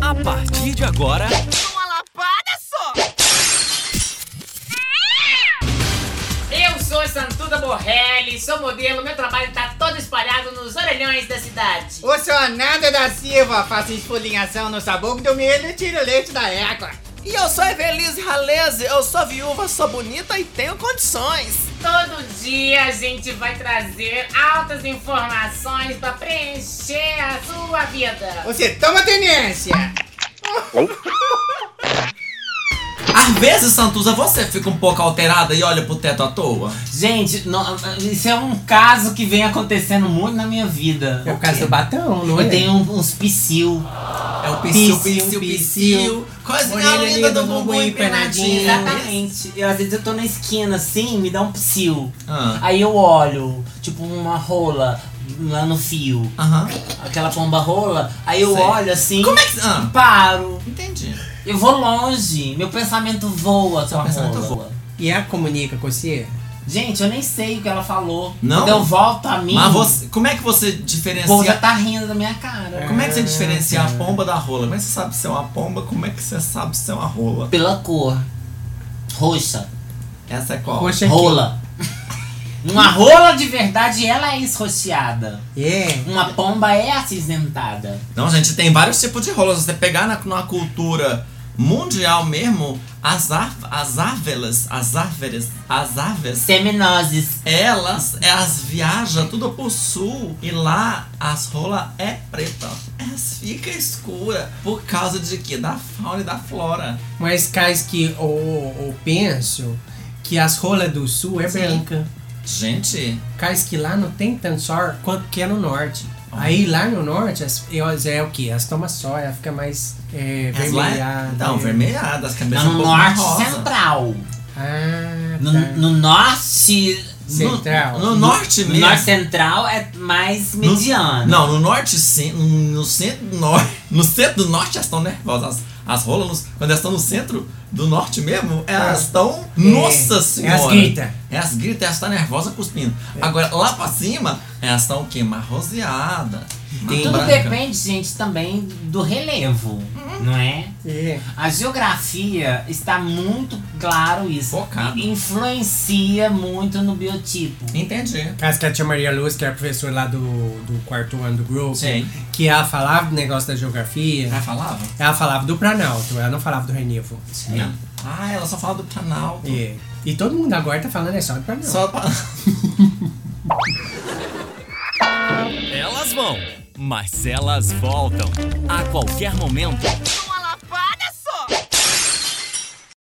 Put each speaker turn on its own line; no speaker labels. A partir de agora,
Uma lapada só!
Eu sou Santuda Borrelli, sou modelo, meu trabalho tá todo espalhado nos orelhões da cidade.
O seu Nanda da Silva faz esfolinhação no sabor do milho e tira o leite da égua.
E eu sou Evelise Raleze, eu sou viúva, sou bonita e tenho condições.
Todo dia a gente vai trazer altas informações pra preencher a sua vida.
Você toma tenência!
Às vezes, Santuza, você fica um pouco alterada e olha pro teto à toa.
Gente, não- isso é um caso que vem acontecendo muito na minha vida.
É o caso do batom, não
Eu tenho um- uns psiu.
É o psiu,
Psiu,
psiu, psiu.
psiu.
Coisinha
Orelha
linda
linda
É do
do
bumbum
bumbum
empenadinho.
Exatamente. Eu, às vezes eu tô na esquina assim, me dá um psiu.
Ah,
Aí eu olho, tipo uma rola lá no fio.
Aham.
Aquela pomba rola. Aí eu
Sei.
olho assim.
Como é que. Ah,
Paro.
entendi.
Eu vou longe. Meu pensamento voa com a
pensamento
rola.
voa.
E ela comunica com você?
Gente, eu nem sei o que ela falou.
Não?
Quando eu volto a mim,
Mas você, assim, como é que você
o povo já
diferencia.
tá rindo da minha cara.
Como é que você diferencia a pomba da rola? Como é que você sabe se é uma pomba? Como é que você sabe se é uma rola?
Pela cor. Roxa.
Essa é qual?
Poxa,
Rola. Uma rola de verdade, ela é esrocheada.
É.
Uma pomba é acinzentada.
Não, gente, tem vários tipos de rolas. Se você pegar na, na cultura mundial mesmo, as, ar, as árvelas, as árvores, as árvores,
Seminoses.
elas, elas viajam tudo pro sul e lá as rolas é preta. Elas ficam escura por causa de quê? Da fauna e da flora.
Mas cais que eu, eu penso que as rolas do sul é branca.
Gente,
Cais que lá não tem tanto sol quanto que é no norte. Aí lá no norte, as, elas é o que? As tomam sol, ela fica mais é,
as lá-
vermelhada. É.
Não, vermelhada, as cabeças um
No
pouco mais
norte
rosa.
central.
Ah,
No,
tá.
no norte.
Central.
No norte
No
mesmo.
norte central é mais mediano.
Não, no norte sim, no centro do norte, no centro do norte elas estão nervosas. As, as rolas, nos- quando elas estão no centro do norte mesmo, elas
Ah.
estão.
É,
Nossa senhora! É,
Elas grita.
Elas gritam, elas estão nervosas cuspindo. Agora, lá pra cima, elas estão o quê? Marroseada.
E Tudo depende, gente, também do relevo,
Uhum.
não é?
É.
A geografia está muito claro isso.
Focado.
E Influencia muito no biotipo.
Entendi.
Caso que a tia Maria Luz, que era professora lá do, do quarto ano do Grove,
Sim.
que ela falava do negócio da geografia,
Já falava?
ela falava do Planalto, ela não falava do Renivo.
Não. Ah, ela só fala do Planalto.
É. E todo mundo agora tá falando é só do Planalto.
Só pra...
elas vão, mas elas voltam a qualquer momento.